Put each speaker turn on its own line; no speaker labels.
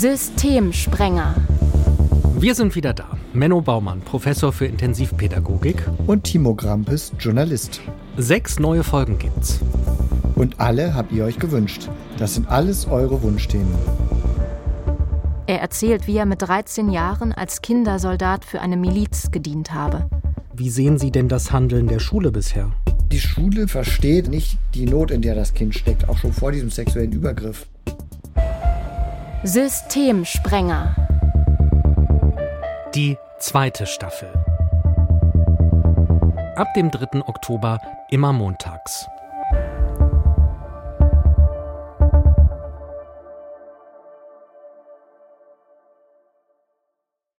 Systemsprenger.
Wir sind wieder da. Menno Baumann, Professor für Intensivpädagogik.
Und Timo Grampes, Journalist.
Sechs neue Folgen gibt's.
Und alle habt ihr euch gewünscht. Das sind alles eure Wunschthemen.
Er erzählt, wie er mit 13 Jahren als Kindersoldat für eine Miliz gedient habe.
Wie sehen Sie denn das Handeln der Schule bisher?
Die Schule versteht nicht die Not, in der das Kind steckt, auch schon vor diesem sexuellen Übergriff.
Systemsprenger.
Die zweite Staffel. Ab dem 3. Oktober immer montags.